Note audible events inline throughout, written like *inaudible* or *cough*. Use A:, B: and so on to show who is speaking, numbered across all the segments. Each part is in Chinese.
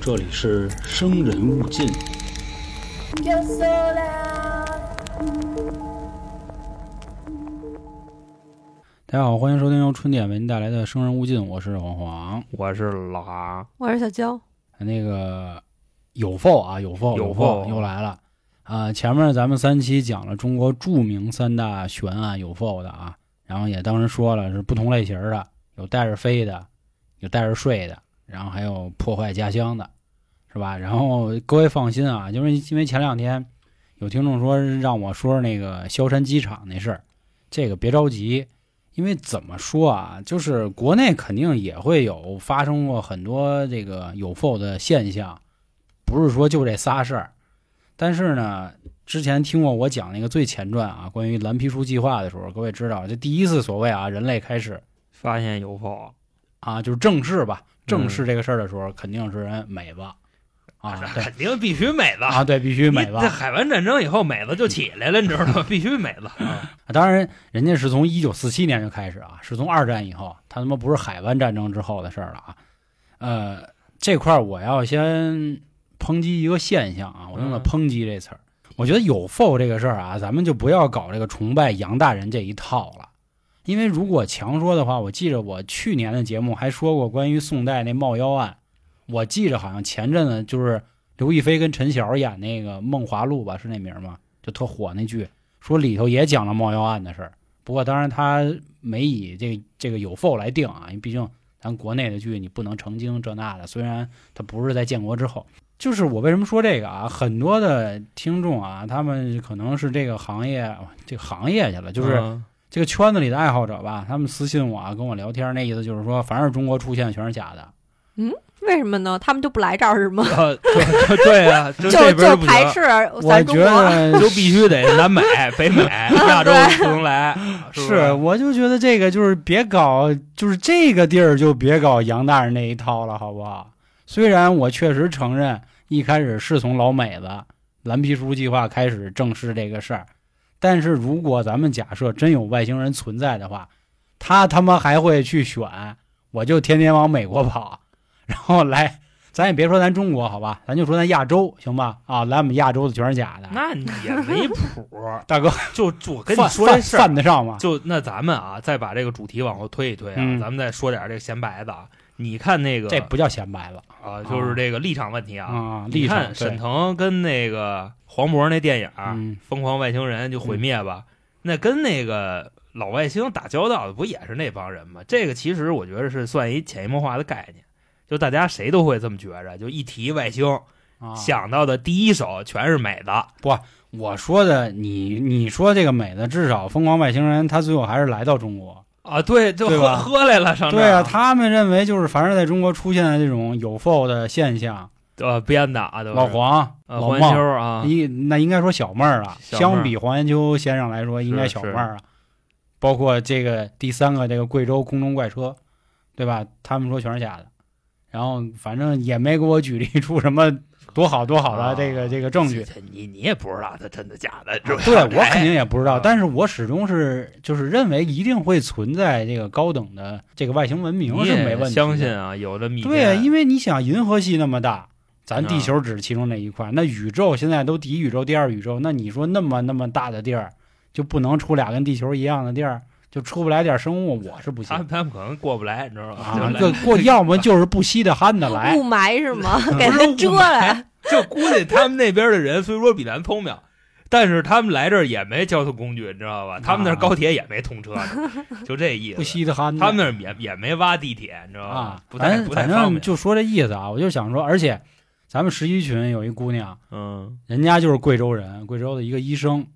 A: 这里是《生人勿进》。
B: Yo sola,
A: 大家好，欢迎收听由春点为您带来的《生人勿进》，我是黄黄。
C: 我是老哈，
D: 我是小娇，
A: 那个有否啊？有否？
C: 有
A: 否
C: 否
A: 又来了啊、前面咱们三期讲了中国著名三大悬案有否的啊，然后也当时说了是不同类型的，啊有带着飞的，有带着睡的，然后还有破坏家乡的，是吧？然后各位放心啊，就是因为前两天有听众说让我说那个萧山机场那事儿，这个别着急。因为怎么说啊，就是国内肯定也会有发生过很多这个有 f 的现象，不是说就这仨事儿。但是呢，之前听过我讲那个最前传啊，关于蓝皮书计划的时候，各位知道，这第一次所谓啊，人类开始
C: 发现有否？
A: 啊，就是正视吧，正视这个事儿的时候，肯定是人美吧，啊，
C: 这
A: 对
C: 肯定必须美子
A: 啊，对，必须美吧。
C: 这海湾战争以后，美子就起来了，你知道 *laughs* 吗？必须美子。啊
A: 啊当然，人家是从一九四七年就开始啊，是从二战以后，他他妈不是海湾战争之后的事儿了啊。呃，这块儿我要先抨击一个现象啊，我用了“
C: 嗯
A: 抨击”这词儿。我觉得有否这个事儿啊，咱们就不要搞这个崇拜杨大人这一套了，因为如果强说的话，我记着我去年的节目还说过关于宋代那冒妖案，我记着好像前阵子就是刘亦菲跟陈晓演那个《梦华录》吧，是那名儿吗？就特火那剧，说里头也讲了冒妖案的事儿。不过当然他没以这个这个有否来定啊，因为毕竟咱国内的剧你不能成精这那的。虽然它不是在建国之后，就是我为什么说这个啊？很多的听众啊，他们可能是这个行业这个行业去了，就是。
C: 嗯
A: 这个圈子里的爱好者吧，他们私信我啊，跟我聊天，那意思就是说，凡是中国出现的全是假的。
D: 为什么呢？他们就不来这儿是吗？
C: 呃对对啊，
D: 就
C: 就这边
D: 就
C: 儿不
D: 排
C: 行，
D: 斥
A: 我
D: 呃咱中
A: 觉
D: 国。 *laughs*
A: 得
C: 就必须得南 *laughs* 美、北美、亚洲不能 *laughs* 来。啊不
A: 是，我就觉得这个就是别搞，就是这个地儿就别搞杨大人那一套了，好不好？虽然我确实承认一开始是从老美子蓝皮书计划开始正视这个事儿，但是如果咱们假设真有外星人存在的话，他他妈还会去选，我就天天往美国跑，然后来，咱也别说咱中国好吧，咱就说咱亚洲行吧？啊，来我们亚洲的全是假的，
C: 那你也没谱儿。
A: 大哥，
C: 就就我跟你
A: 犯
C: 说
A: 犯
C: 这事儿，
A: 犯得上吗？
C: 就那咱们啊，再把这个主题往后推一推啊，
A: 嗯
C: 咱们再说点这个闲白的啊。你看那个
A: 这不叫显摆了
C: 啊，就是这个立场问题啊。
A: 啊！
C: 你
A: 立场
C: 看沈
A: 对
C: 腾跟那个黄渤那电影儿《
A: 嗯
C: 疯狂外星人》就毁灭吧，那跟那个老外星打交道的不也是那帮人吗？这个其实我觉得是算一潜移默化的概念，就大家谁都会这么觉着，就一提外星，
A: 啊，
C: 想到的第一手全是美的。
A: 我说的你你说这个美的，至少疯狂外星人他最后还是来到中国。
C: 啊，对，就
A: 对吧
C: 喝喝来了，上这
A: 对啊，
C: 儿
A: 他们认为就是凡是在中国出现的这种有 f 的现象，
C: 呃编的啊，都是
A: 老黄、
C: 呃
A: 老
C: 黄修
A: 孟，
C: 啊，
A: 一那应该说小妹儿了。
C: 小妹儿
A: 相比黄延秋先生来说，应该小妹儿啊。包括这个第三个这个贵州空中怪车，对吧？他们说全是假的，然后反正也没给我举例出什么多好多好的
C: 啊
A: 这个、这个证据。啊
C: 这你你也不知道他真的假的，是吧？
A: 对我肯定也不知道，
C: 哎
A: 但是我始终是就是认为一定会存在这个高等的这个外星文明
C: 哎你
A: 是
C: 也
A: 没问题的。
C: 相信啊，有的米
A: 对啊，因
C: 为
A: 为你想银河系那么大，咱
C: 嗯
A: 地球只是其中那一块，那宇宙现在都第一宇宙、第二宇宙，那你说那么那么大的地儿，就不能出俩跟地球一样的地儿，就出不来点生物，我是不信
C: 他。们他们可能过不来，你知道吧？就
A: 啊
C: 来，
A: 这
C: *laughs*
A: 过要么就是不吸的憨的来
D: 雾，霾是吗？给
C: 不是雾
D: 他遮来，
C: *laughs* 就估计他们那边的人虽说比咱聪明，但是他们来这儿也没交通工具，你知道吧？他们那儿高铁也没通车呢，
A: *laughs*
C: 就这意
A: 啊
C: 思。
A: 不吸的憨的。
C: 他们那儿也也没挖地铁，你知道吧？
A: 啊，
C: 不太
A: 咱
C: 不太
A: 反
C: 方
A: 正
C: 便。
A: 就说这意思啊，我就想说，而且咱们十一群有一姑娘。
C: 嗯，
A: 人家就是贵州人，贵州的一个医生，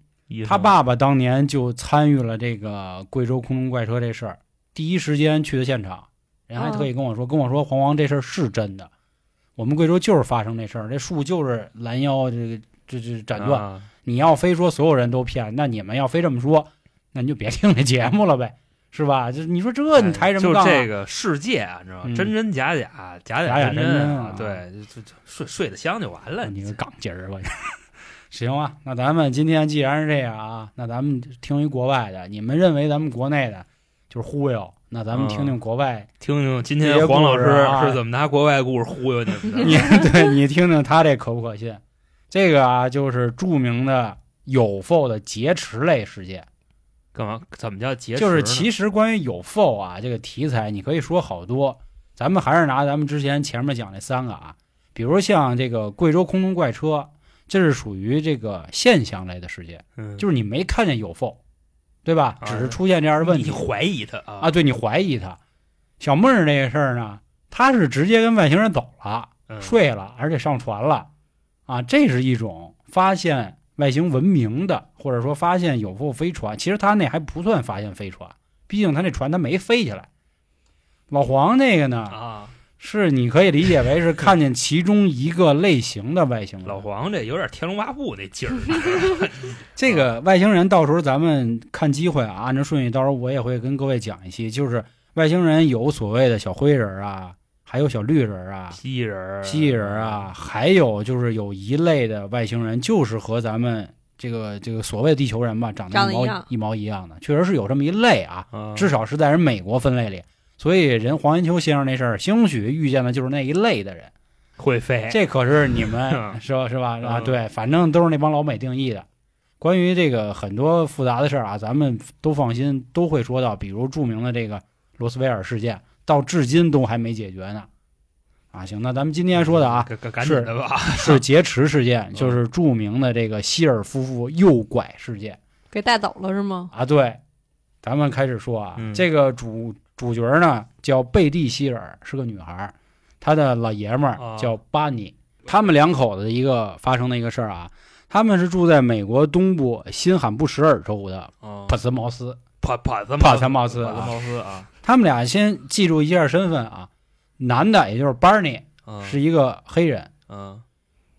A: 他爸爸当年就参与了这个贵州空中怪车这事儿，第一时间去的现场，人还
D: 嗯
A: 特意跟我说，跟我说黄黄这事儿是真的，我们贵州就是发生这事儿，这树就是拦腰这个这这斩断，
C: 啊
A: 你要非说所有人都骗，那你们要非这么说，那你就别听这节目了呗，是吧？这你说这你抬什么
C: 哎就
A: 杠、啊？
C: 这个世界啊，你知道吗
A: 嗯？
C: 真真假假，假
A: 假假
C: 真
A: 真真啊
C: 啊！对，就就睡睡得香就完了。
A: 你个杠精儿吧！ *laughs* 行啊，那咱们今天既然是这样啊，那咱们听一国外的，你们认为咱们国内的就是忽悠，那咱们
C: 嗯
A: 听听国外，
C: 听听今
A: 这些
C: 天黄老
A: 故事啊
C: 师是怎么拿国外故事忽悠你们
A: *laughs*
C: 的。
A: 你对你听听他这可不可信？这个啊，就是著名的有 f 的劫持类事件。
C: 干嘛？怎么叫劫持
A: 就
C: 呢？
A: 是其实关于有 f 啊这个题材，你可以说好多。咱们还是拿咱们之前前面讲那三个啊，比如像这个贵州空中怪车，这是属于这个现象类的事件，
C: 嗯
A: 就是你没看见有 f 对吧？
C: 啊
A: 只是出现这样的问
C: 你
A: 题
C: 怀疑他啊
A: 啊，对你怀疑他。小妹儿这个事儿呢，她是直接跟外星人走了，
C: 嗯
A: 睡了，而且上船了，啊，这是一种发现外星文明的，或者说发现有否飞船。其实他那还不算发现飞船，毕竟他那船他没飞起来。老黄那个呢，
C: 啊！
A: 是你可以理解为是看见其中一个类型的外星人。
C: 老黄这有点《天龙八部》那劲儿，
A: 这个外星人，到时候咱们看机会啊，按照顺序，到时候我也会跟各位讲一期，就是外星人有所谓的小灰人儿啊，还有小绿人儿
C: *laughs*
A: 啊，
C: 蜥蜴人
A: *laughs*
C: 儿，
A: 蜥蜴人啊，还有就是有一类的外星人，就是和咱们这个这个所谓的地球人吧，长
D: 长
A: 得
D: 得
A: 一毛
D: 一样
A: 一毛一样的，确实是有这么一类啊，
C: 啊，
A: 至少是在人美国分类里。所以人黄延秋先生那事儿，兴许遇见的就是那一类的人，
C: 会飞。
A: 这可是你
C: 嗯
A: 们是吧是吧啊？
C: 哎嗯
A: 对，反正都是那帮老美定义的。关于这个很多复杂的事儿啊，咱们都放心，都会说到，比如著名的这个罗斯威尔事件，到至今都还没解决呢。啊，行，那咱们今天说的啊，
C: *laughs* 赶赶赶紧的吧，
A: 是劫持事件，
C: 嗯
A: 就是著名的这个希尔夫妇诱拐事件
D: 给带走了是吗？
A: 啊。对，咱们开始说啊，
C: 嗯
A: 这个主主角呢叫贝蒂希尔，是个女孩儿，她的老爷们
C: 啊
A: 儿叫巴尼。他们两口子的一个发生的一个事儿啊，他们是住在美国东部新罕布什尔州的
C: 嗯
A: 普斯茅斯。
C: 帕帕斯
A: 帕斯茅斯
C: 帕斯
A: 啊
C: 茅斯啊，
A: 他们俩先记住一下身份啊，男的也就是巴尼
C: 嗯
A: 是一个黑人，
C: 嗯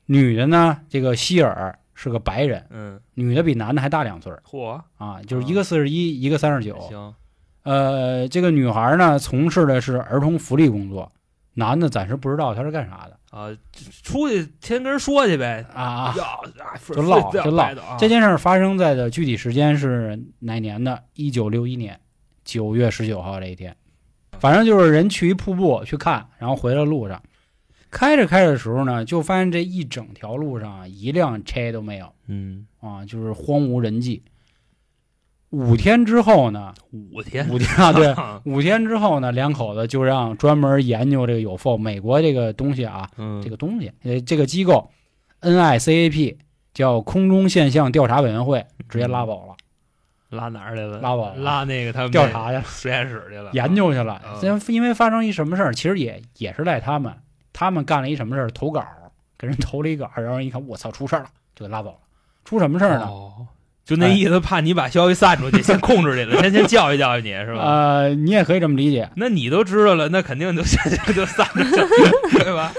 A: 女的呢这个希尔是个白人。
C: 嗯，
A: 女的比男的还大两岁儿
C: 嚯，
A: 啊，就是一个四十一，一个三十九。
C: 行，
A: 呃，这个女孩呢，从事的是儿童福利工作，男的暂时不知道他是干啥的
C: 啊，出去先跟人说去呗。
A: 啊。
C: 要啊，
A: 就唠就唠这
C: 这
A: 件事儿发生在的具体时间是哪年的？一九六一年九月十九号这一天，反正就是人去一瀑布去看，然后回来路上，开着开着的时候呢，就发现这一整条路上啊一辆车都没有
C: 嗯，
A: 啊，就是荒无人迹。五天之后呢，
C: 五天
A: 五天啊，
C: *laughs*
A: 对，
C: 啊
A: 五天之后呢，两口子就让专门研究这个有否美国这个东西啊，
C: 嗯
A: 这个东西，呃，这个机构 NICAP 叫空中现象调查委员会，直接拉走了，
C: 拉哪儿去了？
A: 拉我
C: 嗯拉那个他们
A: 调查去了，
C: 实验室去了，
A: 研究去了
C: 嗯。
A: 因因为发生一什么事儿，其实也也是赖他们，他们干了一什么事儿，投稿，给人投了一稿，然后人一看，我操，出事儿了，就给拉走了。出什么事儿呢？
C: 哦就那意思，怕你把消息散
A: *laughs*
C: 出去，先控制你了，先先教育教育你是吧？
A: 呃，你也可以这么理解， *laughs*
C: 那你都知道了，那肯定就就就散出去
A: *laughs*
C: 了，对吧？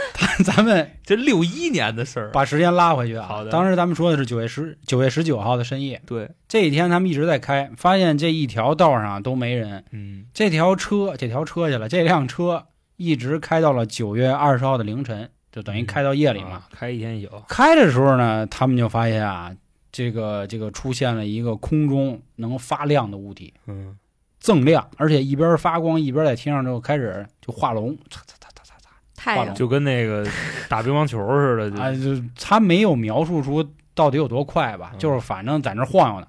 A: 咱们
C: 这六一年的事儿，
A: 把时间拉回去
C: 好
A: 啊
C: 的。
A: 当时咱们说的是九月十九月十九号的深夜，
C: 对，
A: 这一天他们一直在开，发现这一条道上啊都没人。
C: 嗯
A: 这条车，这条车去了，这辆车一直开到了九月二十号的凌晨，就等于开到夜里嘛。
C: 嗯啊开一天宿，
A: 开的时候呢，他们就发现啊，这个这个出现了一个空中能发亮的物体，
C: 嗯，
A: 锃亮，而且一边发光一边在天上就开始就画龙，嚓嚓嚓嚓嚓嚓
D: 太
A: 画
D: 阳
A: 龙
C: 就跟那个打乒乓球似的，
A: 哎啊，
C: 就
A: 就他没有描述出到底有多快吧，
C: 嗯
A: 就是反正在那晃悠呢。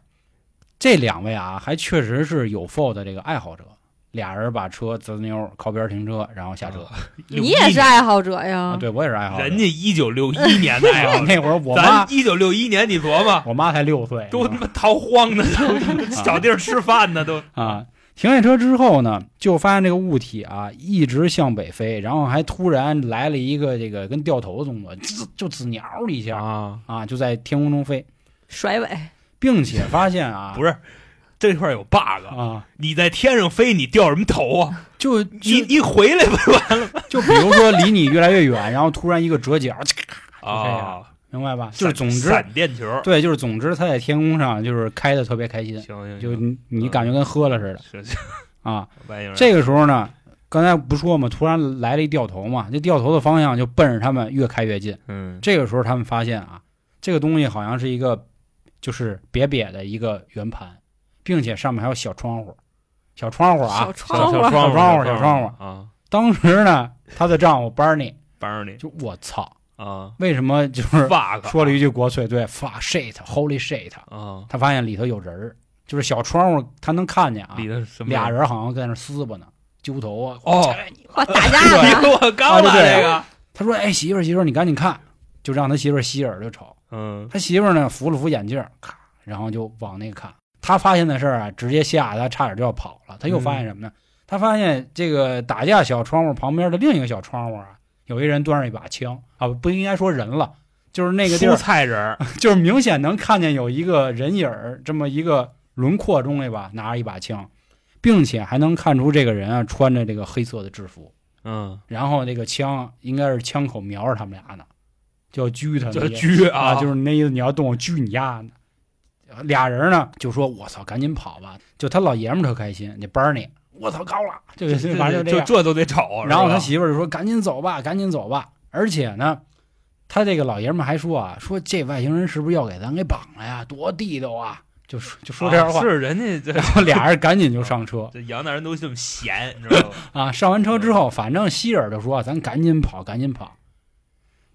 A: 这两位啊，还确实是有 f o 的这个爱好者，俩人把车滋妞靠边停车，然后下车。
D: 你也是爱好者呀
A: 啊，，对我也是爱好者。
C: 啊人家一九六一年的爱
A: 啊
C: 好者，
A: 那会儿 *laughs* 我
C: 咱
A: 妈，哎
C: 一九六一年你琢磨，
A: 我妈才六岁，
C: 都
A: 你
C: 他
A: 知道
C: 妈逃荒
A: *laughs*
C: 呢，都找地儿吃饭呢，都
A: 吗啊。停下车之后呢，就发现这个物体啊一直向北飞，然后还突然来了一个这个跟掉头的动作，滋就滋鸟了一下
C: 啊，
A: 啊，就在天空中飞，
D: 甩尾，
A: 并且发现啊，
C: 不是这块儿有 bug，
A: 啊，
C: 你在天上飞，你掉什么头啊？
A: 就
C: 你
A: 就
C: 你回来吧，
A: 就比如说离你越来越远，然后突然一个折角，
C: *laughs* 啊，
A: 明白吧？就是
C: 闪
A: 总之，
C: 闪电球，
A: 对，就是总之，它在天空上就是开的特别开心
C: 行，行，
A: 就
C: 行
A: 你你
C: 嗯
A: 感觉跟喝了似的
C: 行行，
A: 啊。
C: 玩意儿，
A: 这个时候呢，刚才不说嘛，突然来了一掉头嘛，这掉头的方向就奔着他们越开越近。
C: 嗯
A: 这个时候他们发现啊，这个东西好像是一个就是瘪瘪的一个圆盘，并且上面还有小窗户，小窗户啊
D: 小，窗户
C: 小窗户，
A: 窗户
C: 小
A: 小窗户
C: 户啊，
A: 当时呢，她的丈夫 Barney
C: 帮着你
A: 就我操，
C: 啊
A: 为什么就是
C: ，fuck，
A: 说了一句国粹，对，fuck shit，holy shit，
C: 啊，
A: 他发现里头有人儿，就是小窗户他能看见啊，
C: 里头什么
A: 俩人好像在那撕巴呢，揪头啊。
C: 哦，
D: 哇，打架 *laughs*
C: 你
D: 呢，
C: 给我刚了
A: 啊就这
C: 这个
A: 样，他说：“哎，媳妇儿，媳妇儿，你赶紧看。”就让他媳妇儿吸耳朵瞅，
C: 嗯，
A: 他媳妇儿呢扶了扶眼镜儿，咔，然后就往那个看。他发现的事儿啊，直接吓得他差点就要跑了。他又发现什么呢？他发现这个打架小窗户旁边的另一个小窗户啊，有一人端着一把枪啊，不应该说人了，就是那个地
C: 蔬
A: 儿，
C: 菜
A: *laughs*
C: 人儿，
A: 就是明显能看见有一个人影儿，这么一个轮廓中里吧，拿着一把枪，并且还能看出这个人啊穿着这个黑色的制服，
C: 嗯，
A: 然后那个枪应该是枪口瞄着他们俩呢，就要狙他们
C: 这
A: 一下。
C: 狙
A: 啊，就是是那意思，你要动我狙你丫的。俩人呢就说：“我操，赶紧跑吧！”就他老爷们儿特开心，那班儿呢，我操，高了，就就反正就这
C: 就
A: 样。
C: 这都得瞅，
A: 然后他
C: 是吧
A: 媳妇儿就说：“赶紧走吧，赶紧走吧！”而且呢，他这个老爷们儿还说啊：“说这外星人是不是要给咱给绑了呀？多地道啊！”就说就说这样的话，
C: 啊是人家这
A: 然后 *laughs* 俩人赶紧就上车
C: 这杨大人都这么闲，你知道吗？
A: 啊。上完车之后，反正希尔就说：“咱赶紧跑，赶紧跑。”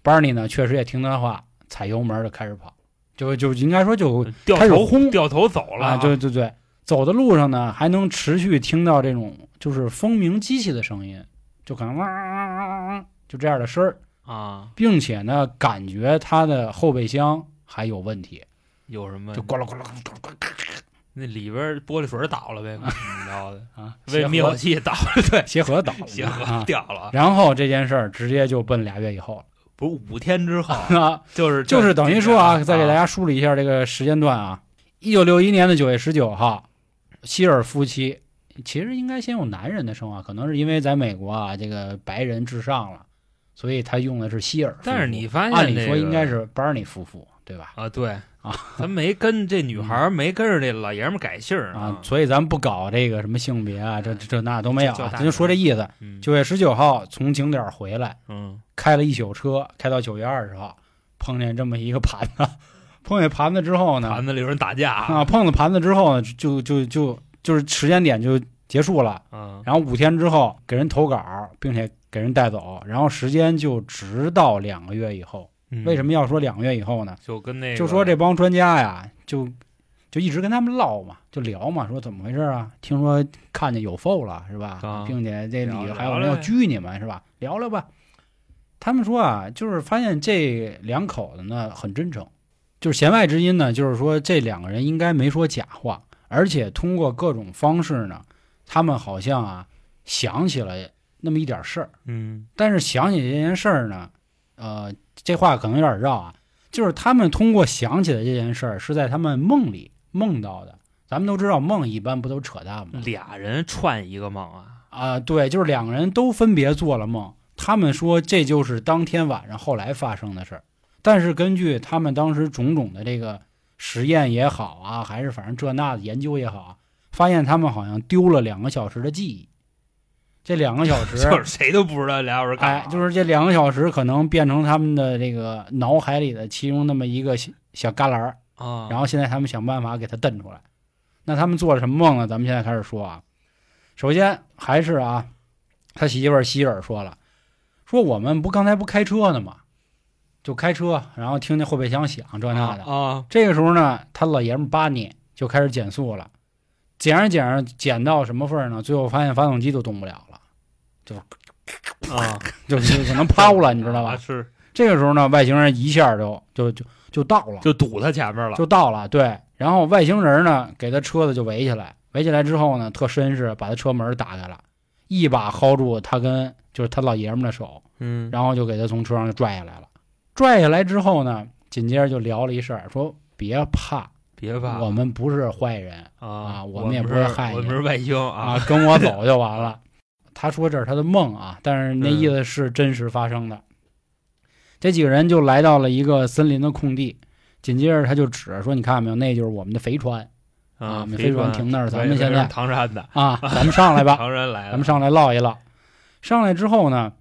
A: 班儿尼呢，确实也听他的话，踩油门儿就开始跑，就就应该说就
C: 掉
A: *laughs* 开始
C: 头
A: 轰
C: 掉头走了
A: 啊，对对对，走的路上呢，还能持续听到这种就是蜂鸣机器的声音，就可能汪汪汪汪汪就这样的声儿，
C: 啊，
A: 并且呢，感觉他的后备箱还有问题，
C: 有什么
A: 就呱啦呱啦呱啦呱啦呱啦
C: 那里边玻璃水倒了呗，怎么着
A: *laughs*
C: 的？
A: 啊，
C: 为灭
A: 鞋
C: 火
A: 盒
C: 器倒了，对，
A: 鞋盒倒
C: 鞋
A: 了
C: 盒
A: *laughs* 啊。
C: 掉了，
A: 然后这件事儿直接就奔俩月以后
C: 不是五天之后，
A: 了啊，
C: *laughs* 就是
A: 就是等于说啊，再给大
C: 家
A: 家梳理一下这个时间段啊，一九六一年的九月十九号，希尔夫妻其实应该先用男人的称啊，可能是因为在美国啊，这个白人至上了，所以他用的是希尔夫妇。
C: 但是你发现
A: 按理
C: 这
A: 说
C: 个
A: 应该是 Barney 夫妇对吧？
C: 啊，对
A: 啊，嗯
C: 咱没跟这女孩儿没跟着这老爷们儿改姓儿
A: 啊，所以咱不搞这个什么性别啊，这这这那都没有
C: 嗯就叫
A: 啊，
C: 大
A: 咱就说这意思。
C: 嗯
A: 九月十九号从景点回来，
C: 嗯
A: 开了一宿车，开到九月二十号，碰见这么一个盘子，碰见盘子之后呢，
C: 盘子里有人打架
A: 啊，碰了盘子之后呢，就就就就是时间点就结束了，
C: 啊
A: 然后五天之后给人投稿，并且给人带走，然后时间就直到两个月以后。为什
C: 么
A: 么要说两个月以后呢？
C: 嗯就跟那个
A: 就说这帮专家呀，就就一直跟他们唠嘛，就聊嘛，说怎么回事啊？听说看见有 f 了是吧？
C: 啊
A: 并且这里
C: 聊聊
A: 还有人要
C: 呗
A: 拘你们是吧？聊聊吧。他们说啊，就是发现这两口子呢很真诚，就是弦外之音呢，就是说这两个人应该没说假话，而且通过各种方式呢，他们好像啊想起了那么一点事儿，
C: 嗯
A: 但是想起这件事儿呢，呃，这话可能有点绕啊，就是他们通过想起的这件事儿是在他们梦里梦到的。咱们都知道梦一般不都扯淡吗？
C: 俩人串一个梦啊
A: 啊、对，就是两个人都分别做了梦，他们说这就是当天晚上后来发生的事儿。但是根据他们当时种种的这个实验也好啊，还是反正这那的研究也好啊，发现他们好像丢了两个小时的记忆。这两个小时
C: *laughs* 就是谁都不知道俩人干啊
A: 哎
C: 嘛，
A: 就是这两个小时可能变成他们的这个脑海里的其中那么一个小小旮旯儿，
C: 啊，
A: 然后现在他们想办法给它蹬出来。那他们做了什么梦呢？咱们现在开始说啊。首先还是啊，他媳妇儿希尔说了，说我们不刚才不开车呢吗？就开车，然后听见后备箱响这那的。
C: 啊
A: 这个时候呢，他老爷们巴尼就开始减速了，减着减着减到什么份儿呢？最后发现发动机都动不了了，
C: 啊，
A: 就就可能 *laughs* 抛了，你知道吧
C: 啊？是
A: 这个时候呢，外星人一下就就就就到了，
C: 就堵他前面了，
A: 就到了。对，然后外星人呢，给他车子就围起来，围起来之后呢，特绅士，把他车门打开了，一把薅住他跟就是他老爷们的手，
C: 嗯
A: 然后就给他从车上就拽下来了。拽下来之后呢，紧接着就聊了一事儿，说别怕，
C: 别怕
A: 我们不是坏人
C: 啊，
A: 啊我
C: 我
A: 们也不会害你
C: 我们是外星
A: 啊
C: 啊，，
A: 跟我走就完了。他说这是他的梦啊，但是那意思是真实发生的。这几个人就来到了一个森林的空地，紧接着他就指着说：“你看见没有，那就是我们的肥船啊
C: 啊，
A: 免
C: 飞
A: 费船停那儿咱
C: 对
A: 们现
C: 那是
A: 在
C: 唐山的，
A: 啊，咱们上来吧，
C: *laughs* 唐山来的，
A: 咱们上来唠一唠。”上来之后呢，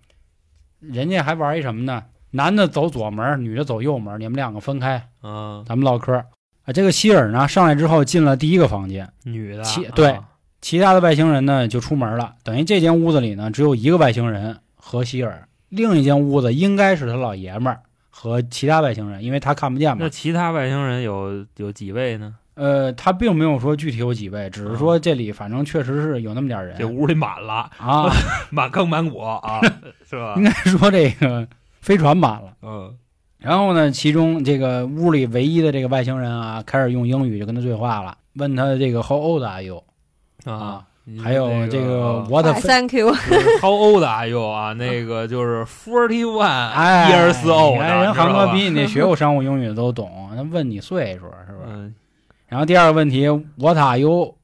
A: 人家还玩一什么呢？男的走左门，女的走右门，你们两个分开，
C: 啊，
A: 咱们唠嗑。啊，这个希尔呢，上来之后进了第一个房间，
C: 女的
A: 其
C: 啊
A: 对其他的外星人呢就出门了，等于这间屋子里呢只有一个外星人和希尔，另一间屋子应该是他老爷们儿和其他外星人，因为他看不见嘛
C: 那。其他外星人有有几位呢？
A: 呃，他并没有说具体有几位，只是说这里反正确实是有那么点儿人。
C: *laughs* 这屋里满了，
A: 啊， *laughs*
C: 满坑满谷啊，是吧
A: 应？该说这个飞船满了。
C: 嗯
A: 然后呢，其中这个屋里唯一的这个外星人啊，开始用英语就跟他对话了，问他这个 How old are you 啊？
C: 你
A: 还有这个
C: 我
A: What？
D: 哎 Thank you，
C: How old are you 啊？那个就是 forty one
A: 哎，
C: years old，
A: 你看人
C: 知道
A: 韩
C: 吧
A: 哥比你那学过商务英语的都懂，他问你岁数是吧？
C: 嗯，
A: 然后第二个问题，What are you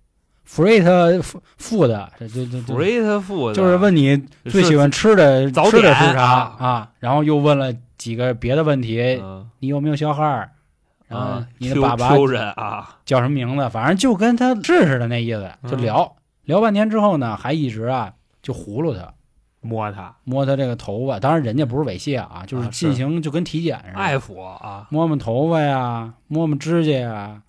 A: freight 呃 food？这这这
C: 不
A: 这。
C: 是他父的，
A: 就是问你最喜欢吃的
C: 早
A: 吃的
C: 点
A: 是啥
C: 啊
A: 啊？然后又问了几个别的问题，
C: 嗯
A: 你有没有小孩儿？然后
C: 啊，
A: 你的
C: 秋
A: 爸爸
C: 秋人啊，
A: 叫什么名字？反正就跟他试试的那意思，
C: 嗯
A: 就聊、聊半天之后呢，还一直啊就葫芦他，
C: 摸他，
A: 摸他这个头发。当然人家不是猥亵啊，就是
C: 啊是
A: 进行就跟体检似的，
C: 爱抚啊，
A: 摸摸头发呀，摸摸指甲呀，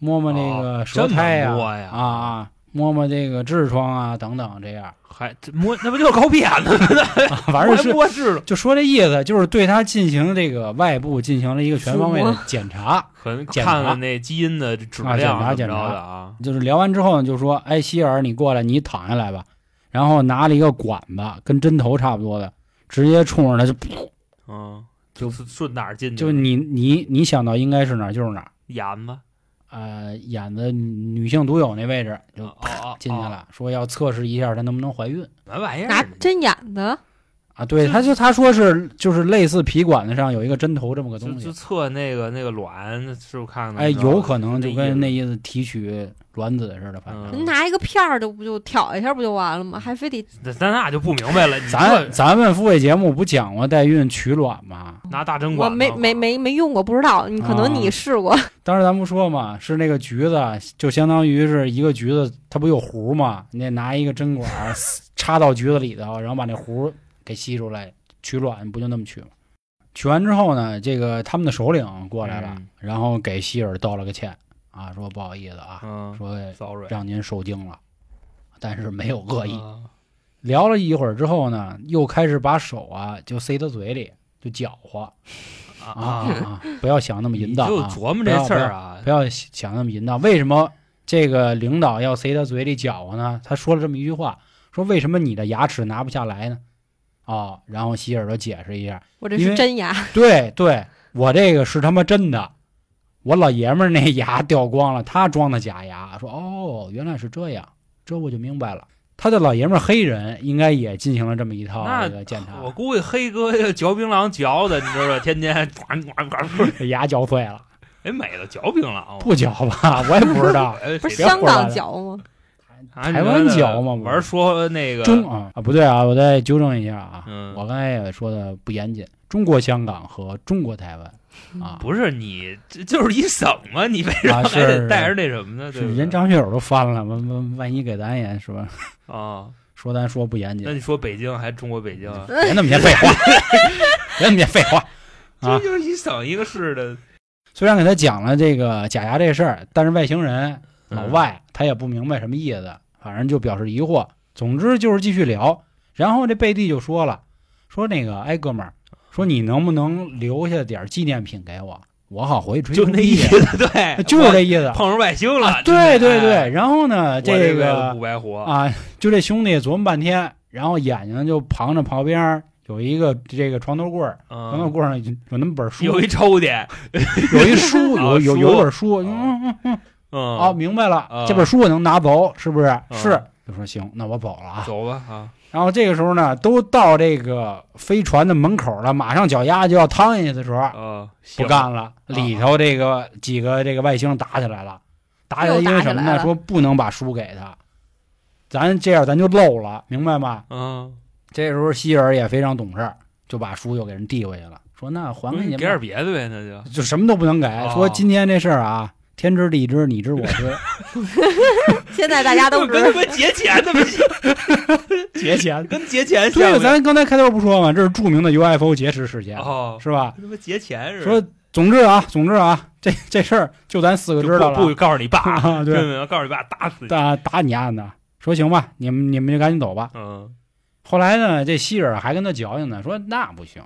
A: 摸摸那个舌苔
C: 哦这么摸呀
A: 啊啊，摸摸这个痔疮啊等等这
C: *laughs*
A: 样，
C: 还这摸那不就是狗扁子吗？
A: 啊反正
C: *laughs* 还
A: 是。
C: 摸是
A: 就说这意思，就是对他进行这个外部进行了一个全方位的检查，
C: 可能
A: 检
C: 看
A: 查
C: 看那基因的质
A: 啊检
C: 量
A: 查
C: 怎么
A: 检查
C: 着的啊，
A: 就是聊完之后呢，就说：“哎，希尔，你过来，你躺下来吧。”然后拿了一个管子，跟针头差不多的，直接冲着他就
C: 嗯，
A: 就是
C: 顺哪儿进去
A: 就你你你想到应该是哪儿就是哪儿，
C: 盐吧，
A: 呃，演的女性独有那位置就
C: 哦哦
A: 进去，
C: 哦
A: 了，说要测试一下她能不能怀孕
C: 什么玩意儿？
D: 拿针眼的，
A: 啊。对，他就他说是就是类似皮管子上有一个针头这么个
C: 就
A: 东西，
C: 就测那个那个卵，是不是看看？
A: 哎，有可能
C: 那
A: 就跟那
C: 意
A: 意思提取卵子似的，反正。
C: 嗯
D: 您拿一个片儿就不就挑一下不就完了吗？还非得
C: 思，咱俩就不明白了。你
A: 咱
C: 这
A: 咱们付费节目不讲过代孕取卵吗？
C: 拿大针
D: 我
C: 管，啊
D: 没没，没没用过，不知道。你可能你试过，
A: 当时咱不说嘛，是那个橘子，就相当于是一个橘子，它不有核嘛？你得拿一个针管
C: *laughs*
A: 儿插到橘子里头，然后把那核给吸出来取卵，不就那么取吗？取完之后呢，这个他们的首领过来了，
C: 嗯
A: 然后给希尔道了个歉啊，说不好意思啊，
C: 嗯
A: 说
C: ，sorry，
A: 让您受惊了，但是没有恶意。
C: 嗯
A: 聊了一会儿之后呢，又开始把手啊就塞他嘴里，就搅和
C: 啊
A: 啊啊，啊不要想那么
C: 你
A: 淫
C: 就
A: 荡啊，
C: 琢磨这事儿啊
A: 不，要想那么淫荡。为什么这个领导要塞他嘴里搅和呢？他说了这么一句话，说为什么你的牙齿拿不下来呢？哦，然后希尔就解释一下，
D: 我这
A: 因
D: 是
A: 为
D: 真牙，
A: 对对，我这个是他妈真的，我老爷们儿那牙掉光了，他装的假牙。说哦，原来是这样，这我就明白了。他的老爷们儿黑人应该也进行了这么一套
C: 那
A: 这个检查，
C: *laughs* 我估计黑哥嚼槟榔嚼的，你知道吧？天天 *laughs* 呱呱呱，
A: 这牙嚼碎了，
C: 哎，美了嚼槟榔，，
A: 不嚼吧？我也不知道
C: *laughs* 哎
D: 不是
A: 别
D: 香
A: 混
D: 港
A: 了
D: 脚吗？
C: 啊
A: 台湾
C: 你
A: 嚼嘛
C: 玩儿说那个
A: 中啊啊不对啊，我再纠正一下啊，
C: 嗯
A: 我刚才也说的不严谨，中国香港和中国台湾啊，
C: 嗯不是你，这就是一省嘛，你为什
A: 啊
C: 么还
A: 是
C: 得带着那什么呢？
A: 是
C: 对不对
A: 人张学友都翻了，万万万一给咱也是吧？
C: 啊，
A: 说咱说不严谨
C: 那，你说北京还中国北京啊？
A: 别那么些废
C: *laughs*
A: 话，别那么些废话。啊
C: 这就是一省一个市的
A: 虽然给他讲了这个假牙这事儿，但是外星人
C: 嗯
A: 老，外他也不明白什么意思，反正就表示疑惑。总之就是继续聊，然后这贝蒂就说了，说那个哎哥们儿，说你能不能留下点儿纪念品给我，我好回去追
C: 嗯就
A: 踪
C: 那
A: 地
C: 意思，对，
A: 就是这意思啊
C: 我。 *laughs* 碰上外星了，
A: 对
C: 真的
A: 对对，
C: 哎
A: 然后呢，
C: 我这辈子
A: 个
C: 不白活，
A: 啊，就这兄弟琢磨半天，然后眼睛就旁着旁边儿有一个这个床头柜儿，床头
C: 嗯，
A: 柜儿上有有那么本书，
C: 有一抽屉，
A: 有一
C: *laughs*
A: 书，有有
C: 书
A: 有一本书，嗯
C: 啊
A: 嗯嗯嗯，
C: 嗯，
A: 哦，明白了
C: 啊，
A: 这本书我能拿走，是不是？是，就说行，那我走了啊。
C: 走吧啊，
A: 然后这个时候呢，都到这个飞船的门口了，马上脚丫就要趟下去的时候，
C: 啊，
A: 不
C: 行，嗯
A: 干了，里头这个几个这个外星打起来了，打起来
D: 又打
A: 因为什么
D: 起来
A: 呢？
D: 了
A: 说不能把书给他，咱这样咱就漏了，明白吗？
C: 嗯，
A: 这时候希尔也非常懂事儿，就把书又给人递回去了，说那还给你
C: 嗯给
A: 吧
C: 点别的呗，那就
A: 就什么都不能给，
C: 哦
A: 说今天这事儿啊，天知地知，你知我
C: *laughs*
A: 知，
D: 现在大家都知
C: 就跟 *laughs*
D: 道
C: 他妈节前那么
A: 节前。
C: 跟节前像
A: 对，
C: 不像
A: 咱刚才开头不说吗？这是著名的 UFO 劫持事件，
C: 哦，
A: 是吧？
C: 跟他妈节前似的，
A: 说总之啊，总之啊， *laughs* 这这事儿就咱四个
C: 就
A: 知道
C: 不
A: 了
C: 不告诉你爸，
A: *laughs*
C: *laughs*
A: 啊，对
C: 真，的要告诉你爸打死你。
A: 打打你案子。说行吧，你们你们就赶紧走吧。
C: 嗯
A: 后来呢，这希尔还跟他矫情呢，说那不行，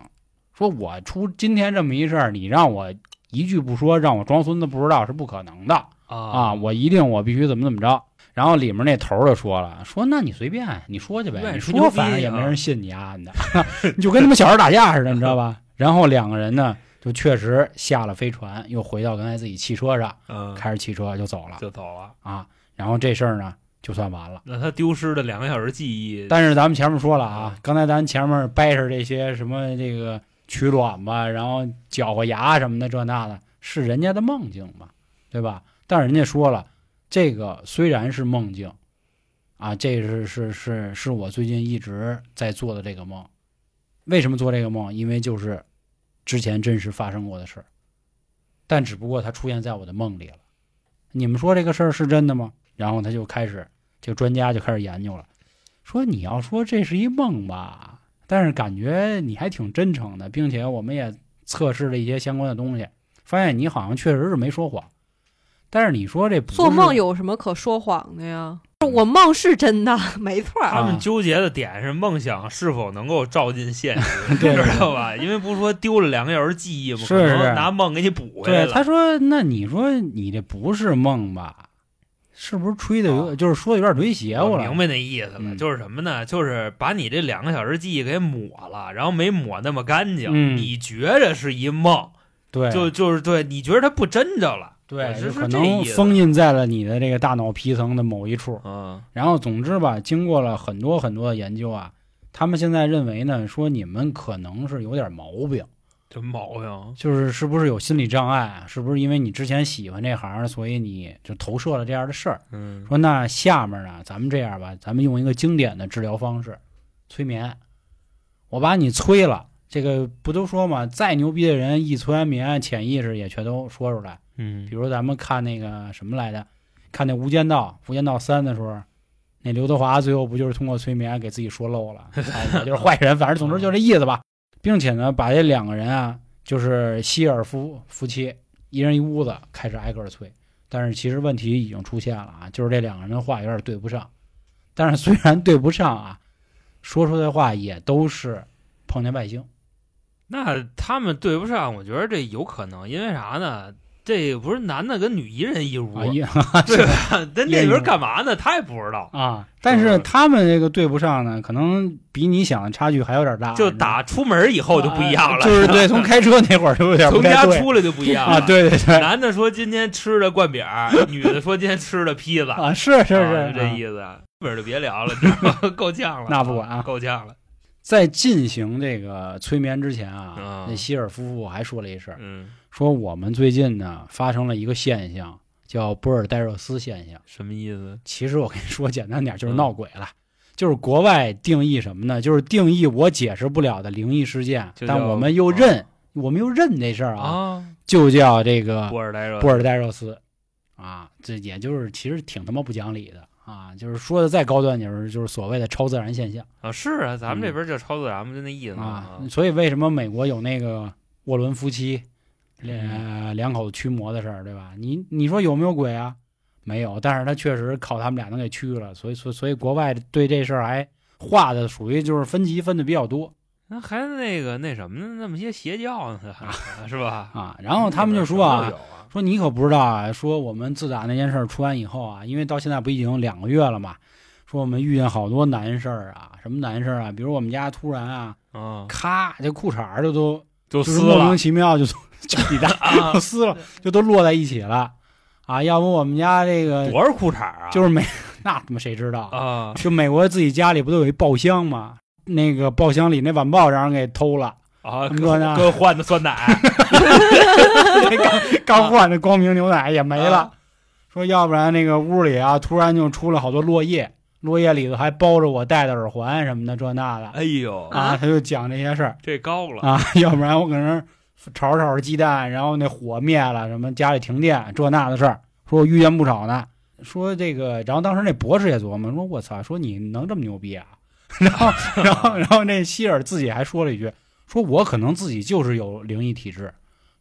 A: 说我出今天这么一事儿，你让我一句不说，让我装孙子不知道是不可能的啊！
C: 啊
A: 我一定我必须怎么怎么着。然后里面那头儿就说了，说那你随便你说去呗，
C: 愿意
A: 你
C: 吹牛
A: 说
C: 逼
A: 反正也
C: 啊
A: 没人信你啊，你的， *laughs* 你就跟他们小孩打架似的，你知道吧？ *laughs* 然后两个人呢，就确实下了飞船，又回到刚才自己汽车上，
C: 嗯，
A: 开着汽车就走了
C: 就走了。
A: 啊。然后这事儿呢，就算完了。
C: 那他丢失的两个小时记忆，
A: 但是咱们前面说了啊，刚才咱前面掰扯这些什么这个取卵吧，然后搅和牙什么的这那的，是人家的梦境嘛，对吧？但是人家说了，这个虽然是梦境，啊，这是是是是我最近一直在做的这个梦。为什么做这个梦？因为就是之前真实发生过的事儿，但只不过它出现在我的梦里了。你们说这个事儿是真的吗？然后他就开始，这个专家就开始研究了。说你要说这是一梦吧，但是感觉你还挺真诚的，并且我们也测试了一些相关的东西，发现你好像确实是没说谎。但是你说这不是
D: 做梦有什么可说谎的呀？我梦是真的，没错儿。
C: 他们
A: 啊
C: 纠结的点是梦想是否能够照进现
A: *laughs*
C: 实，*laughs*
A: 对对
C: 知道吧？因为不是说丢了两个小时记忆吗？
A: 是
C: 可能
A: 是
C: 拿梦给你补回来
A: 对，
C: 了。
A: 他说：“那你说你这不是梦吧？是不是吹的有，
C: 啊
A: 就是说的有点忒邪乎
C: 我
A: 了？
C: 明白那意思了，
A: 嗯
C: 就是什么呢？就是把你这两个小时记忆给抹了，然后没抹那么干净。
A: 嗯
C: 你觉着是一梦，
A: 对，
C: 就就是对你觉着它不真着了，我
A: 对，就
C: 是
A: 可
C: 是这
A: 能
C: 意思。
A: 封印在了你的这个大脑皮层的某一处。
C: 嗯
A: 然后，总之吧，经过了很多很多的研究啊，他们现在认为呢，说你们可能是有点毛病，
C: 这毛病，
A: 就是是不是有心理障碍啊？是不是因为你之前喜欢这行，所以你就投射了这样的事儿？
C: 嗯，
A: 说那下面呢，咱们这样吧，咱们用一个经典的治疗方式，催眠。我把你催了，这个不都说嘛，再牛逼的人一催眠，潜意识也全都说出来。比
C: 嗯，
A: 如咱们看那个什么来着，看那《无间道》《无间道三》的时候，那刘德华最后不就是通过催眠给自己说漏了，哎我就是坏人，反正总之就这意思吧。并且呢，把这两个人啊，就是希尔夫夫妻，一人一屋子开始挨个儿催。但是其实问题已经出现了啊，就是这两个人的话有点对不上。但是虽然对不上啊，说出来的话也都是碰见外星。
C: 那他们对不上，我觉得这有可能，因为啥呢？这不是男的跟女一人一屋，
A: 啊，也
C: 对吧？ *laughs* 那那
A: 一人一
C: 边
A: 屋
C: 干嘛呢？他也不知道。
A: 啊，但
C: 是
A: 是他们这个对不上呢，可能比你想的差距还有点大。
C: 就打出门以后就不一样
A: 啊
C: 了，
A: 就是对，从开车那会儿就有点不
C: 从
A: 太
C: 家
A: 对
C: 出来就不一样了
A: 啊，。对对对
C: 男的说今天吃的灌饼儿，
A: *laughs*
C: 女的说今天吃的披萨，
A: 啊，是是是，
C: 啊就这
A: 啊
C: 意思。基本就别聊了，知道吗？ *laughs* 够呛了，
A: *laughs* 那不管啊
C: 够呛了。
A: 在进行这个催眠之前啊
C: 啊，
A: 那希尔夫妇还说了一事儿，
C: 嗯，
A: 说我们最近呢发生了一个现象，叫波尔代热斯现象。
C: 什么意思？
A: 其实我跟你说，简单点
C: 嗯
A: 就是闹鬼了。就是国外定义什么呢？就是定义我解释不了的灵异事件，
C: 就
A: 但
C: 叫
A: 我们又认，我们又认这事儿啊，
C: 啊，
A: 就叫这个
C: 波尔代热
A: 波尔代热斯，啊，这也就是其实挺他妈不讲理的啊，就是说的再高端点儿，就是所谓的超自然现象
C: 啊，是啊，咱们这边叫超自然嘛，就那意思
A: 嗯啊
C: 嘛。。
A: 所以为什么美国有那个沃伦夫妻两两口子驱魔的事儿，对吧？你你说有没有鬼啊？没有，但是他确实靠他们俩能给驱了，所以所以所以国外对这事儿还画的属于就是分级分的比较多
C: 那还那个那什么呢？那么些邪教呢， *laughs* 是吧？
A: 啊。然后他们就说
C: 那边
A: 啊
C: 什，么都有啊，
A: 说你可不知道啊，说我们自打那件事儿出完以后啊，因为到现在不已经两个月了嘛，说我们遇见好多难事儿啊，什么难事儿啊，比如我们家突然啊，
C: 嗯，
A: 咔，这裤衩儿就都
C: 就
A: 就是
C: 撕
A: 莫
C: 了
A: 名其妙就从 *laughs* 就底大
C: *laughs* 啊
A: 就，撕了，就都落在一起了啊，要不我们家这个
C: 多少裤衩啊？
A: 就是美， *laughs* 那他妈谁知道啊？
C: 啊，
A: 就美国自己家里不都有一报箱吗？那个报箱里那晚报让人给偷了，
C: 啊，
A: 怎么说呢
C: 哥换的酸奶
A: 啊刚刚换的光明牛奶也没了。
C: 啊
A: 说要不然那个屋里啊，突然就出了好多落叶，落叶里头还包着我戴的耳环什么的，这那的
C: 哎呦，
A: 啊，他就讲这些事儿
C: 这高了，
A: 啊，要不然我搁那儿炒着炒着鸡蛋，然后那火灭了，什么家里停电这那的事儿，说我遇见不少呢。说这个，然后当时那博士也琢磨，说我操，说你能这么牛逼啊？ *laughs* 然后，然后，然后那希尔自己还说了一句，说我可能自己就是有灵异体质，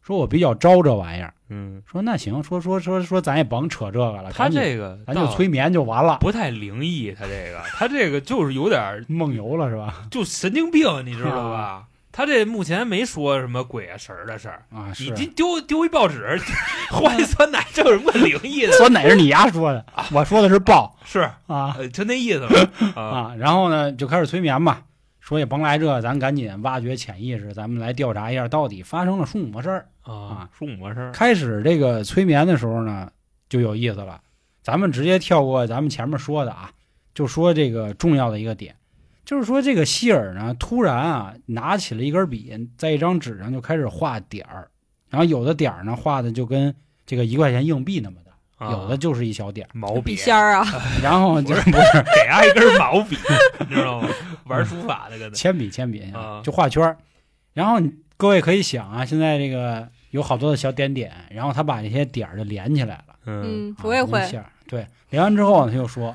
A: 说我比较招这玩意儿，
C: 嗯，
A: 说那行，说说说说咱也甭扯这个了，
C: 他
A: 赶紧
C: 这个
A: 咱就
C: 倒
A: 催眠就完了，
C: 不太灵异，他这个他这个就是有点儿
A: 梦游了是吧？
C: 就神经病，你知道吧？他这目前没说什么 *laughs* 鬼啊神儿的事儿，
A: 啊，
C: 你
A: 是
C: 这丢丢一
A: *laughs*
C: 报纸，换一酸奶，这有什么灵异的？
A: 酸奶是你丫说的，
C: 啊
A: 我说的是
C: *laughs*
A: 爆
C: 是，
A: 啊
C: 呃就那意思吧。啊，
A: 啊！然后呢，就开始催眠嘛，说也甭来这，咱赶紧挖掘潜意识，咱们来调查一下到底发生了什么事儿。
C: 啊，说五个事儿，
A: 开始这个催眠的时候呢，就有意思了。咱们直接跳过咱们前面说的啊，就说这个重要的一个点，就是说这个希尔呢，突然啊拿起了一根笔，在一张纸上就开始画点儿，然后有的点儿呢画的就跟这个一块钱硬币那么大，
C: 啊
A: 有的就是一小点儿，
C: 毛
D: 笔
C: 笔，
D: 仙儿啊，
A: 然后就
C: 不是
A: 不是
C: 给他一根毛 *laughs* 笔，你知道吗？玩书法那个
A: *laughs*
C: 的，
A: 铅笔铅笔
C: 啊
A: 就画圈儿。然后你各位可以想啊，现在这个有好多的小点点，然后他把这些点儿就连起来了。
D: 嗯，
A: 啊
D: 我也会
A: 连，线儿对，连完之后呢，他就说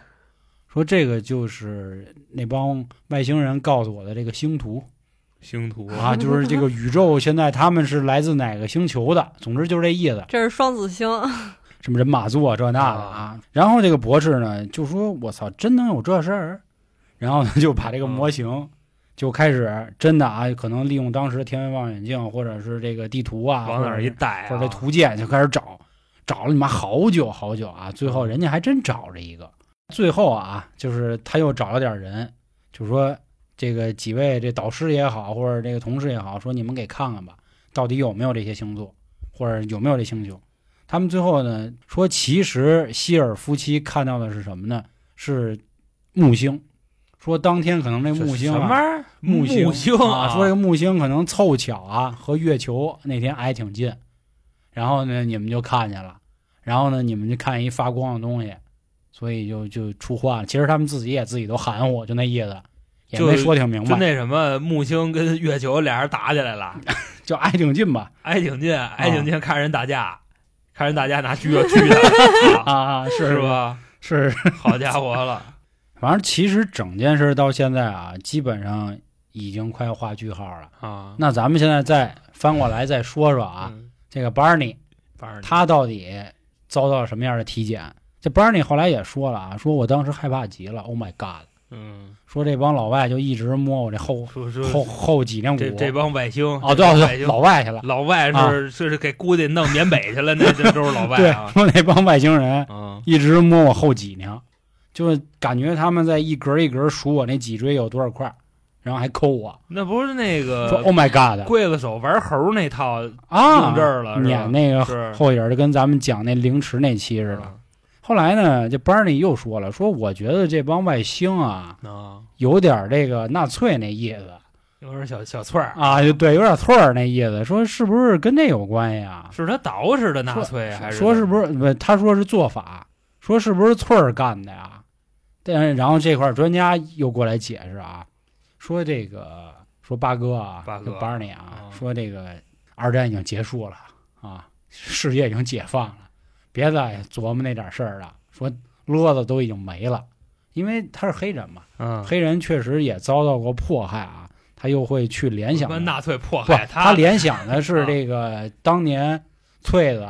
A: 说这个就是那帮外星人告诉我的这个星
C: *laughs*
A: 图
C: 星图
A: 啊，就是这个宇宙现在他们是来自哪个星球的，总之就是这意思，
D: 这是双子星，
A: 什么人马座这那的啊。然后这个博士呢就说：“我操，真能有这事儿？”然后呢就把这
C: 嗯
A: 个模型。就开始真的啊，可能利用当时的天文望远镜，或者是这个地图啊，
C: 往哪儿一带啊，
A: 或者这图鉴就开始找，找了你妈好久好久啊！最
C: 嗯
A: 后人家还真找着一个。最后啊，就是他又找了点人，就说这个几位这导师也好，或者这个同事也好，说你们给看看吧，到底有没有这些星座，或者有没有这星球。他们最后呢说，其实希尔夫妻看到的是什么呢？是木星。说当天可能这
C: 这
A: 木星、啊、
C: 什么玩意儿？
A: 木星
C: 星
A: 啊，说这
C: 个
A: 个木星可能凑巧啊和月球那天挨挺近，然后呢你们就看见了，然后呢你们就看一发光的东西，所以就就出幻了。其实他们自己也自己都含糊，就那意思，也
C: 就
A: 没说挺明
C: 就
A: 白，
C: 那什么木星跟月球俩人打起来了，
A: 就挨挺近吧
C: 挨挺近，挨挺近，看人打架，看人打架拿锯子锯的啊，
A: 啊，是
C: 是
A: 是？
C: 吧？
A: 是
C: 好家伙了，
A: 反正其实整件事到现在啊，基本上已经快要画句号了。
C: 啊
A: 那咱们现在再翻过来再说说啊，，
C: 嗯
A: 这个 Barney
C: 反正
A: 他到底遭到了什么样的体检？这 Barney 后来也说了啊，说我当时害怕极了，Oh my God！
C: 嗯，
A: 说这帮老外就一直摸我这后
C: 说说
A: 后后脊梁骨
C: 这，这帮外星
A: 哦，
C: 这帮
A: 对
C: 外
A: 对，
C: 星
A: 老外去了，
C: 老外是这是给姑爹弄缅北去了，那这都是老外
A: 对
C: 啊，，
A: 说那帮外星人
C: 嗯
A: 一直摸我后脊梁，就是感觉他们在一格一格数我那脊椎有多少块，然后还抠我，
C: 那不是那
A: 说
C: 个
A: Oh my God！
C: 刽子手玩猴那套
A: 啊，
C: 呃用这儿了是吧
A: 撵那个
C: 是
A: 后啊影儿就跟咱们讲那凌迟那期似的。后来呢，这 Barney 又说了，说我觉得这帮外星啊，
C: 啊，
A: 有点这个纳粹那意思
C: 有点小小翠儿，
A: 啊，就对，有点错儿那意思，说是不是跟这有关系啊？
C: 是他捯饬的纳粹啊还是
A: 说是不是不？他说是做法，说是不是翠儿干的呀？但是然后这块儿专家又过来解释啊，说这个说八哥啊，
C: 八哥
A: 巴尔尼啊
C: 啊，
A: 说这个二战已经结束了啊，世界已经解放了，别再琢磨那点事儿了。说骆子都已经没了，因为他是黑人嘛，
C: 嗯，
A: 黑人确实也遭到过迫害啊，他又会去联想
C: 什么
A: 到
C: 纳粹迫
A: 不
C: 害，
A: 他
C: 他
A: 联想的是
C: 啊
A: 这个当年翠子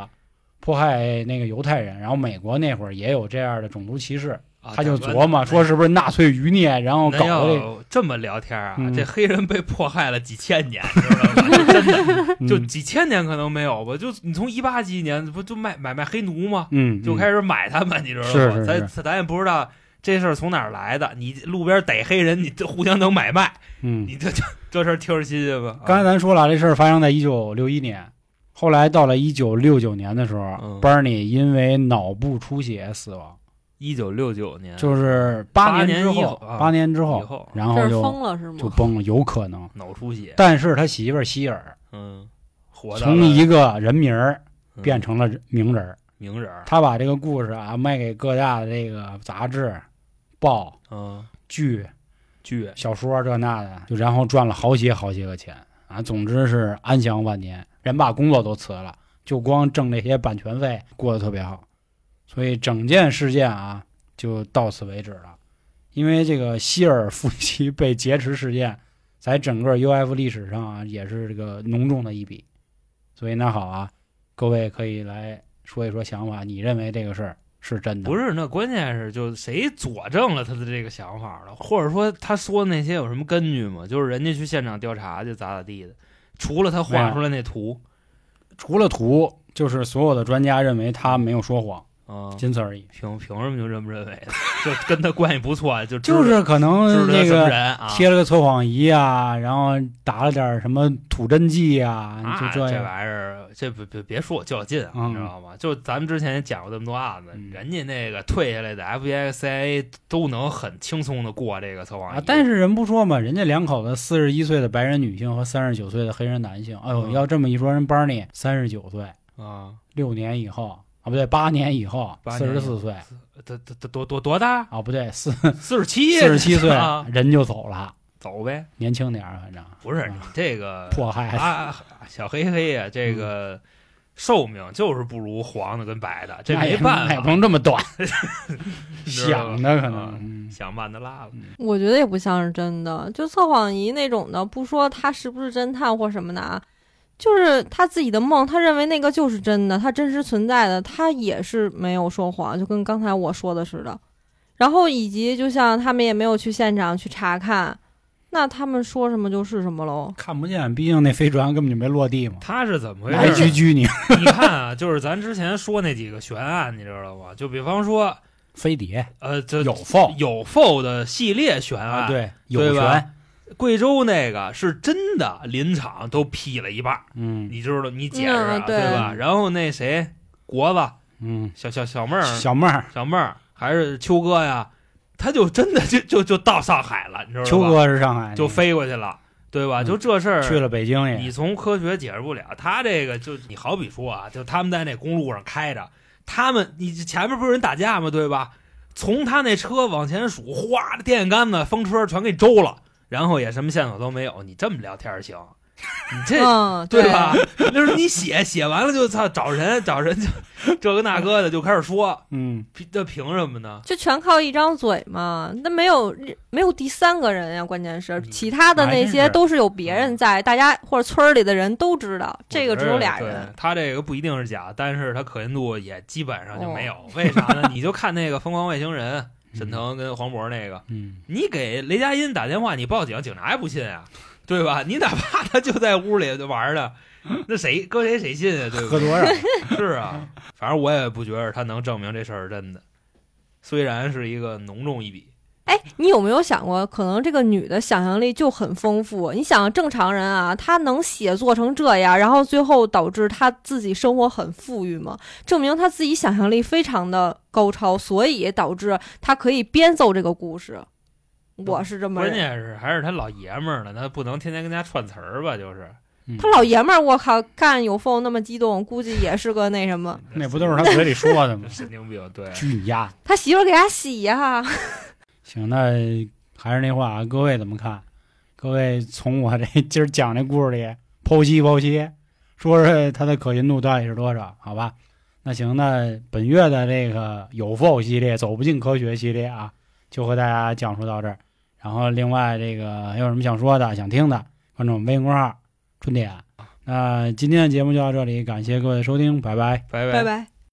A: 迫害那个犹太人，然后美国那会儿也有这样的种族歧视，
C: 啊
A: 他就
C: 大哥
A: 琢磨说是不是纳粹余孽，然后搞
C: 那
A: 的
C: 要这么聊天啊，
A: 嗯
C: 这黑人被迫害了几千
A: *laughs*
C: 年，你知道吗？就真的，
A: 这
C: 就几千年可能没有吧。就你从一八几年不就卖买卖黑奴吗？
A: 嗯
C: 就开始买他们，你知道吗？
A: 是是
C: 咱咱也不知道这事儿从哪儿来的。你路边逮黑人，你这互相能买卖，
A: 嗯。
C: 你这这这事儿听着新鲜啊吧？
A: *laughs* 刚才
C: 才
A: 咱说了，这事儿发生在一九六一年，后来到了一九六九年的时候
C: 嗯
A: ，Bernie 因为脑部出血死亡，
C: 一九六九年
A: 就是八
C: 嗯八
A: 年之
C: 年
A: 后
C: 以后，啊
A: 八年之
C: 以
A: 后，
C: 后
A: 然
D: 这
A: 后
D: 是
A: 就
D: 疯了是
A: 就
D: 吗？
A: 崩了，有可能。
C: 脑出血，
A: 但是他媳妇儿希尔
C: 嗯，活到
A: 从
C: 了
A: 一个人名儿变
C: 嗯
A: 成了名人儿，
C: 名人儿，
A: 他把这个故事啊卖给各大的这个杂志、报、
C: 嗯，
A: 剧、
C: 剧
A: 小说这那的，就然后赚了好些好些个钱啊。总之是安享晚年，人把工作都辞了，就光挣这些版权费，过得特别好。所以整件事件啊，就到此为止了。因为这个希尔夫妻 *laughs* 被劫持事件，在整个 UF 历史上啊，也是这个浓重的一笔。所以那好啊，各位可以来说一说想法，你认为这个事儿是真的？
C: 不，是，那关键是就谁佐证了他的这个想法了，或者说他说那些有什么根据吗？就是人家去现场调查去咋咋地的，除了他
A: 没
C: 画
A: 有
C: 出来那图
A: 除了图，就是所有的专家认为他没有说谎，
C: 啊，
A: 仅此而已。
C: 凭凭什么就这么认为的？ *laughs* 就跟他关系不错，就知道
A: 就是可
C: 知道
A: 能
C: 他
A: 那
C: 什么
A: 个
C: 人啊？
A: 贴了个测谎仪啊，然后打了点什么土真剂啊，就
C: 啊，
A: 这样。
C: 玩意儿，这别别别说我较劲啊，
A: 嗯
C: 你知道吗？就咱们之前也讲过这么多案子，
A: 嗯
C: 人家那个退下来的 FBI、CIA 都能很轻松的过这个测谎仪、
A: 啊，但
C: 是
A: 是人不说嘛，人家两口子，四十一岁的白人女性和三十九岁的黑人男性。哎呦，
C: 嗯
A: 要这么一说，人 Barney 三十九岁，
C: 啊，
A: 六年以后啊，不对，八年以后，
C: 八
A: 四
C: 年以
A: 十
C: 后
A: 四岁
C: 他他他多多多大？
A: 啊，不对，四
C: 四十七，
A: 四十七岁
C: 啊，
A: 人就走了，
C: 走呗。
A: 年轻点儿，反正
C: 不是
A: 嗯
C: 你这个
A: 迫害。 *laughs*
C: 啊，小黑黑呀、
A: 嗯
C: 这个寿命就是不如黄的跟白的，这
A: 那也
C: 没办
A: 那也不
C: 法，
A: 能这么
C: *laughs*
A: 短，
C: 知道吧
A: 想的可
C: 啊
A: 能。嗯
C: 想办的拉了。
D: 我觉得也不像是真的，就测谎仪那种的，不说他是不是侦探或什么的啊，就是他自己的梦，他认为那个就是真的，他真实存在的，他也是没有说谎，就跟刚才我说的似的。然后以及就像他们也没有去现场去查看，那他们说什么就是什么喽。
A: 看不见，毕竟那飞船根本就没落地嘛，
C: 他是怎么
A: 还
C: 回
A: 狙
C: 事？
A: 狙你
C: 你看啊，就是咱之前说那几个悬案，你知道吗？就比方说，
A: 飞碟
C: 呃，这
A: 有缝
C: 有 f 的系列悬案，
A: 哦啊，对，有
C: 对吧
A: 权，
C: 贵州那个是真的临场都劈了一半儿，
A: 嗯
C: 你知道你解释啊，
D: 嗯对
C: 对吧？然后那谁国子
A: 嗯，
C: 小小小妹儿
A: 小妹儿，
C: 小妹儿还是秋哥呀，他就真的就就就到上海了，你知道吧？
A: 秋哥是上海的，
C: 就飞过去了，对吧？
A: 嗯
C: 就这事儿
A: 去了北京也
C: 你从科学解释不了，他这个就你好比说啊，就他们在那公路上开着，他们你前面不是有人打架吗？对吧？从他那车往前数，哗，电线杆子、风车全给周了，然后也什么线索都没有，你这么聊天儿行？你这
D: 嗯，
C: 对吧？就是你写写完了就操找人找人就这个那个的就开始说，
A: 嗯，
C: 凭这凭什么呢？
D: 就全靠一张嘴嘛，那没有没有第三个人呀、关键是
C: 嗯
D: 其他的
A: 还
D: 那
A: 真
D: 些
A: 是
D: 都是有别人在，大家或者村儿里的人都知道，这个只有俩
C: 我觉得嗯对
D: 人。
C: 他这个不一定是假，但是他可信度也基本上就没
A: 哦
C: 有。为啥呢？你就看那个《疯狂外星人》，沈腾跟黄渤那个，
A: 嗯，
C: 你给雷佳音打电话，你报警，警察也不信啊，对吧？你哪怕他就在屋里就玩呢，那谁搁谁谁信啊？对
A: 喝
C: 不
A: 多少？
C: 对？是啊，反正我也不觉得他能证明这事儿是真的，虽然是一个浓重一笔。
D: 哎，你有没有想过，可能这个女的想象力就很丰富？你想正常人啊，她能写作成这样，然后最后导致她自己生活很富裕吗？证明她自己想象力非常的高超，所以导致她可以编奏这个故事。我是这么
C: 嗯关
D: 认为。
C: 键是还是他老爷们儿呢，他不能天天跟家串词儿吧？就是？
A: 嗯
D: 他老爷们儿，我靠，干有凤那么激动，估计也是个那什么，
A: 那不都是他嘴里说的吗
C: *laughs* 神经病，对。
A: 狙你丫！
D: 他媳妇儿给他洗呀、
A: 行，那还是那话啊，各位怎么看？各位从我这今儿讲这故事里剖析剖析，说说它的可信度到底是多少？好吧？那行，那本月的这个有否系列、走不进科学系列啊，就和大家讲述到这儿。然后另外这个还有什么想说的、想听的，关注我们微信公众号“春点”。那今天的节目就到这里，感谢各位的收听，拜拜。
C: 拜
D: 拜拜。